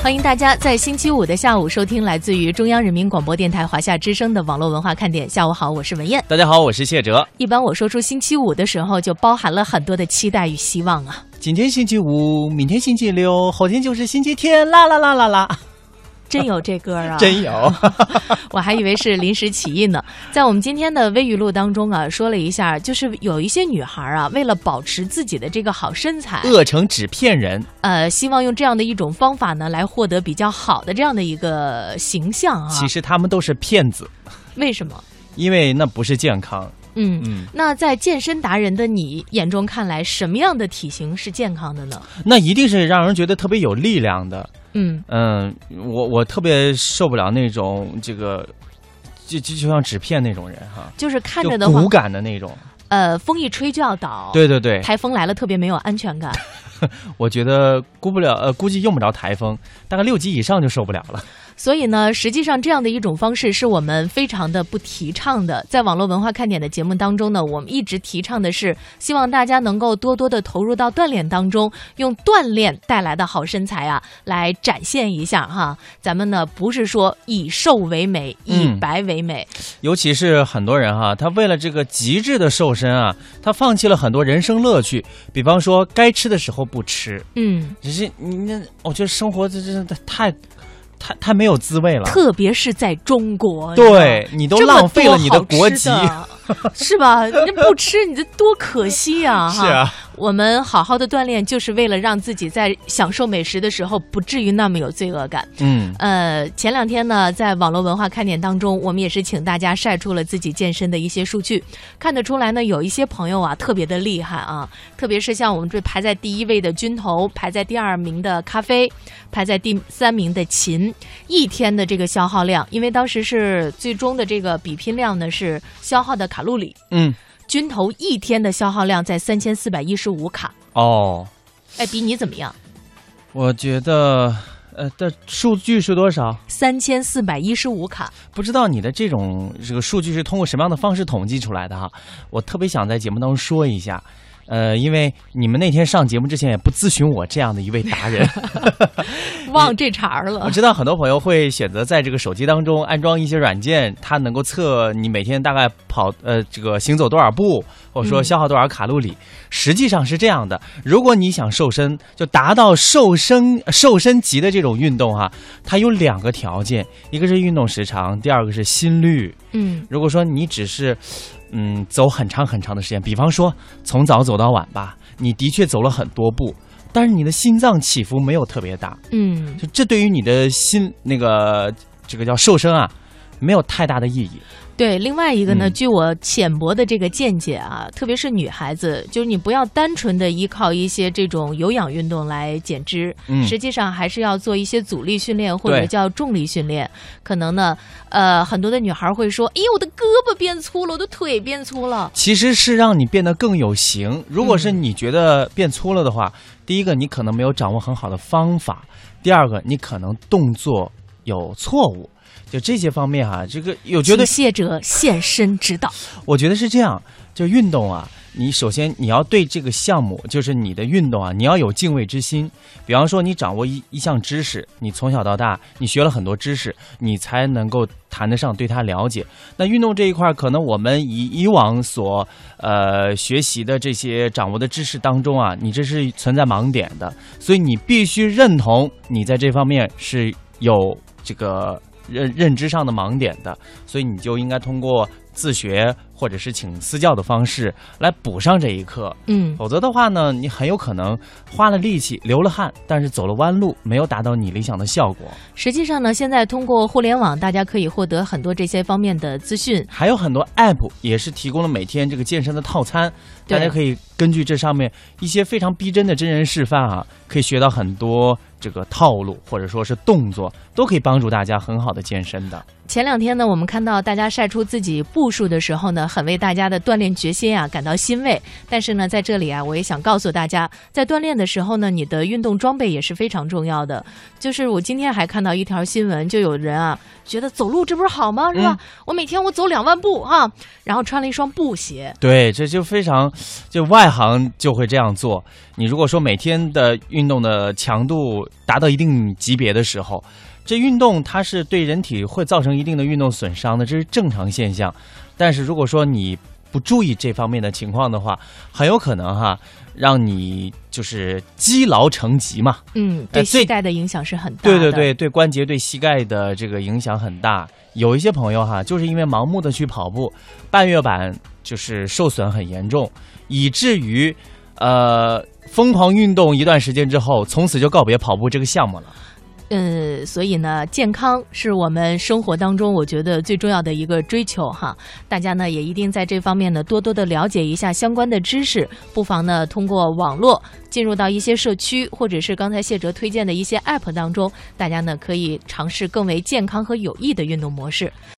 欢迎大家在星期五的下午收听来自于中央人民广播电台华夏之声的网络文化看点。下午好，我是文燕。大家好，我是谢哲。一般我说出星期五的时候，就包含了很多的期待与希望 啊。今天星期五，明天星期六，后天就是星期天，啦啦啦啦啦，真有这歌啊！真有。我还以为是临时起意呢。在我们今天的微语录当中啊，说了一下，就是有一些女孩啊，为了保持自己的这个好身材，饿成纸片人。呃，希望用这样的一种方法呢，来获得比较好的这样的一个形象啊。其实他们都是骗子，为什么？因为那不是健康。嗯，嗯，那在健身达人的你眼中看来，什么样的体型是健康的呢？那一定是让人觉得特别有力量的。嗯，嗯，我我特别受不了那种这个，就就就像纸片那种人哈，就是看就着的话骨，感的那种。呃，风一吹就要倒。。对对对，台风来了，特别没有安全 感。我觉得估不了，呃，估计用不着台风，大概六级以上就受不了了。所以呢，实际上这样的一种方式是我们非常的不提倡的。在网络文化看点的节目当中呢，我们一直提倡的是，希望大家能够多多的投入到锻炼当中，用锻炼带来的好身材啊，来展现一下哈。咱们呢不是说以瘦为美，以嗯白为美，尤其是很多人哈、他为了这个极致的瘦身啊，他放弃了很多人生乐趣，比方说该吃的时候不吃，嗯只是你那我觉得生活这这这太太太没有滋味了。哎特别是在中国，对你都你知道吗。浪费了你这么多国籍，好吃的 是吧？那不吃，你这多可惜呀、哈 是啊，我们好好的锻炼，就是为了让自己在享受美食的时候不至于那么有罪恶感。嗯，呃，前两天呢，在网络文化看点当中，我们也是请大家晒出了自己健身的一些数据，看得出来呢，有一些朋友啊特别的厉害啊，特别是像我们这排在第一位的军头，排在第二名的咖啡，排在第三名的琴，一天的这个消耗量，因为当时是最终的这个比拼量呢是消耗的卡路里，嗯，军头一天的消耗量在三千四百一十五卡，哦，哎，比你怎么样？我觉得，呃，的数据是多少？三千四百一十五卡，不知道你的这种这个数据是通过什么样的方式统计出来的哈？我特别想在节目当中说一下，呃，因为你们那天上节目之前也不咨询我这样的一位达人，忘这茬儿我了。知道很多朋友会选择在这个手机当中安装一些软件，它能够测你每天大概跑呃这个行走多少步，或者说嗯消耗多少卡路里。实际上是这样的，如果你想瘦身，就达到瘦身呃瘦身级的这种运动哈、它有两个条件，一个是运动时长，第二个是心率。嗯。如果说你只是，嗯，走很长很长的时间，比方说从早走到晚吧，你的确走了很多步，但是你的心脏起伏没有特别大，嗯，就这对于你的心那个这个叫瘦身啊，没有太大的意义。对。另外一个呢，嗯据我浅薄的这个见解啊，特别是女孩子，就是你不要单纯的依靠一些这种有氧运动来减脂，嗯实际上还是要做一些阻力训练或者对叫重力训练。可能呢，呃，很多的女孩会说：“哎呀，我的胳膊变粗了，我的腿变粗了。其实是让你变得更有型。如果是你觉得变粗了的话，第一个你可能没有掌握很好的方法，第二个你可能动作有错误。就这些方面啊，这个”有觉得请谢哲现身指导。我觉得是这样，就运动啊，你首先你要对这个项目，就是你的运动啊，你要有敬畏之心。比方说，你掌握一一项知识，你从小到大你学了很多知识，你才能够谈得上对它了解。那运动这一块儿，可能我们以以往所呃学习的这些掌握的知识当中啊，你这是存在盲点的，所以你必须认同你在这方面是有这个认认知上的盲点的。所以你就应该通过自学或者是请私教的方式来补上这一课。嗯，否则的话呢，你很有可能花了力气、流了汗，但是走了弯路，没有达到你理想的效果。实际上呢，现在通过互联网，大家可以获得很多这些方面的资讯。还有很多 app 也是提供了每天这个健身的套餐，对大家可以根据这上面一些非常逼真的真人示范啊，可以学到很多这个套路或者说是动作，都可以帮助大家很好的健身的。前两天呢，我们看到大家晒出自己步数的时候呢，很为大家的锻炼决心啊感到欣慰。但是呢，在这里啊，我也想告诉大家，在锻炼的时候呢，你的运动装备也是非常重要的。就是我今天还看到一条新闻，就有人啊觉得走路这不是好嗯吗？是吧？我每天我走两万步啊，然后穿了一双布鞋，对，这就非常，就外行就会这样做。你如果说每天的运动的强度达到一定级别的时候，这运动它是对人体会造成一定的运动损伤的，这是正常现象。但是如果说你不注意这方面的情况的话，很有可能哈，让你就是积劳成疾嘛。嗯，对哎最膝盖的影响是很大的。对对对对，关节对膝盖的这个影响很大。有一些朋友哈，就是因为盲目的去跑步，半月板就是受损很严重，以至于呃疯狂运动一段时间之后，从此就告别跑步这个项目了。呃，所以呢，健康是我们生活当中我觉得最重要的一个追求哈。大家呢也一定在这方面呢多多的了解一下相关的知识，不妨呢通过网络进入到一些社区，或者是刚才谢哲推荐的一些 App 当中，大家呢可以尝试更为健康和有益的运动模式。